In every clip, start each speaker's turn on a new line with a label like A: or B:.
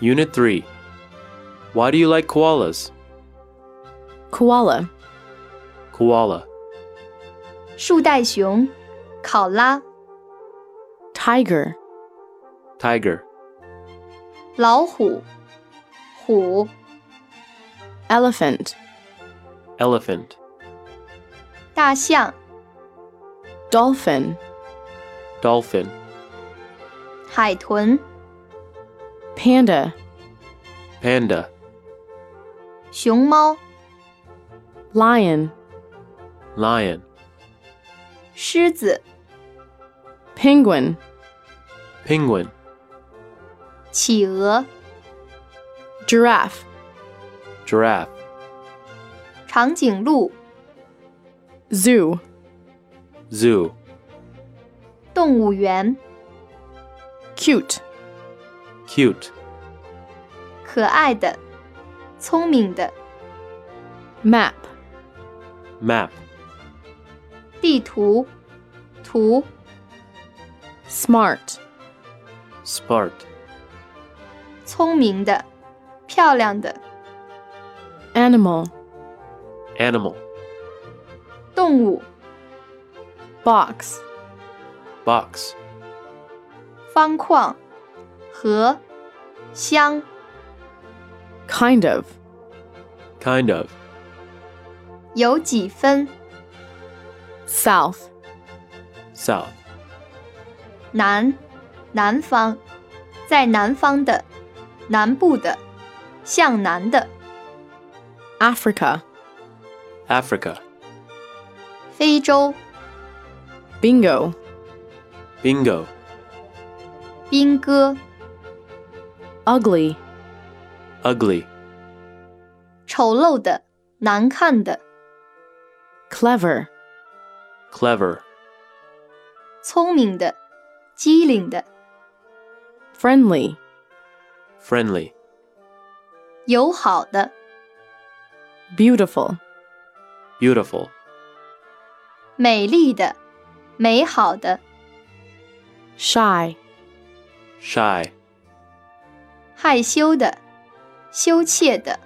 A: Unit 3. Why do you like koalas?
B: Koala.
A: Koala.
C: 树袋熊、考拉、
B: Tiger.
A: Tiger.
C: 老虎、虎、
B: Elephant.
A: Elephant.
C: 大象、
B: Dolphin.
A: Dolphin.
C: 海豚、
B: Panda.
A: Panda.
C: 熊猫、
B: Lion.
A: Lion.
C: 狮子、
B: Penguin.
A: Penguin.
C: 企鹅、
B: Giraffe.
A: Giraffe.
C: 长颈鹿、
B: Zoo.
A: Zoo.
C: 动物园、
B: Cute.
A: Cute.
C: 可爱的、聪明的、
B: Map.
A: Map.
C: 地图、图、
B: Smart.
A: Smart.
C: 聪明的、漂亮的、
B: Animal.
A: Animal.
C: 动物、
B: Box.
A: Box.
C: 方框、盒、箱、
B: Kind of.
A: Kind of.
C: 有几分、
B: South.
A: South.
C: 南、南方，在南方的、南部的、向南的、
B: Africa.
A: Africa.
C: 非洲、
B: Bingo.
A: Bingo.
C: 兵哥、
B: Ugly.
A: Ugly.
C: 丑陋的、难看的、
B: Clever.
A: Clever.
C: 聪明的、机灵的、
B: Friendly.
A: Friendly.
C: 友好的、
B: Beautiful.
A: Beautiful.
C: 美丽的、美好的、
B: Shy.
A: Shy.
C: 害羞的、羞怯的、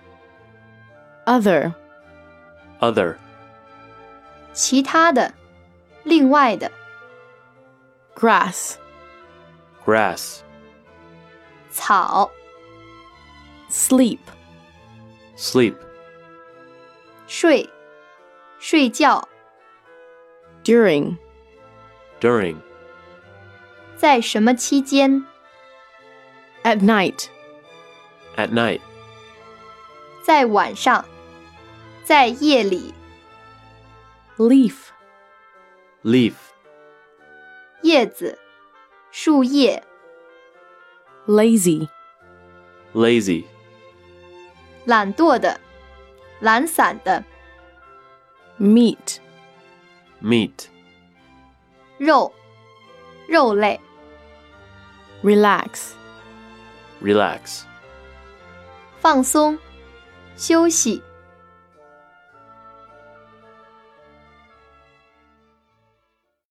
B: Other.
A: Other.
C: 其他的、另外的、
B: Grass.
A: Grass.
C: 草、
B: Sleep.
A: Sleep.
C: 睡、睡觉、
B: During.
A: During.
C: 在什么期间、
B: At night.
A: At night.
C: 在晚上、在夜里、
B: Leaf.
A: Leaf.
C: 叶子、树叶、
B: Lazy.
A: Lazy.
C: 懒惰的、懒散的、
B: Meat.
A: Meat.
C: 肉、肉类、
B: Relax.
A: Relax.
C: 放松、休息。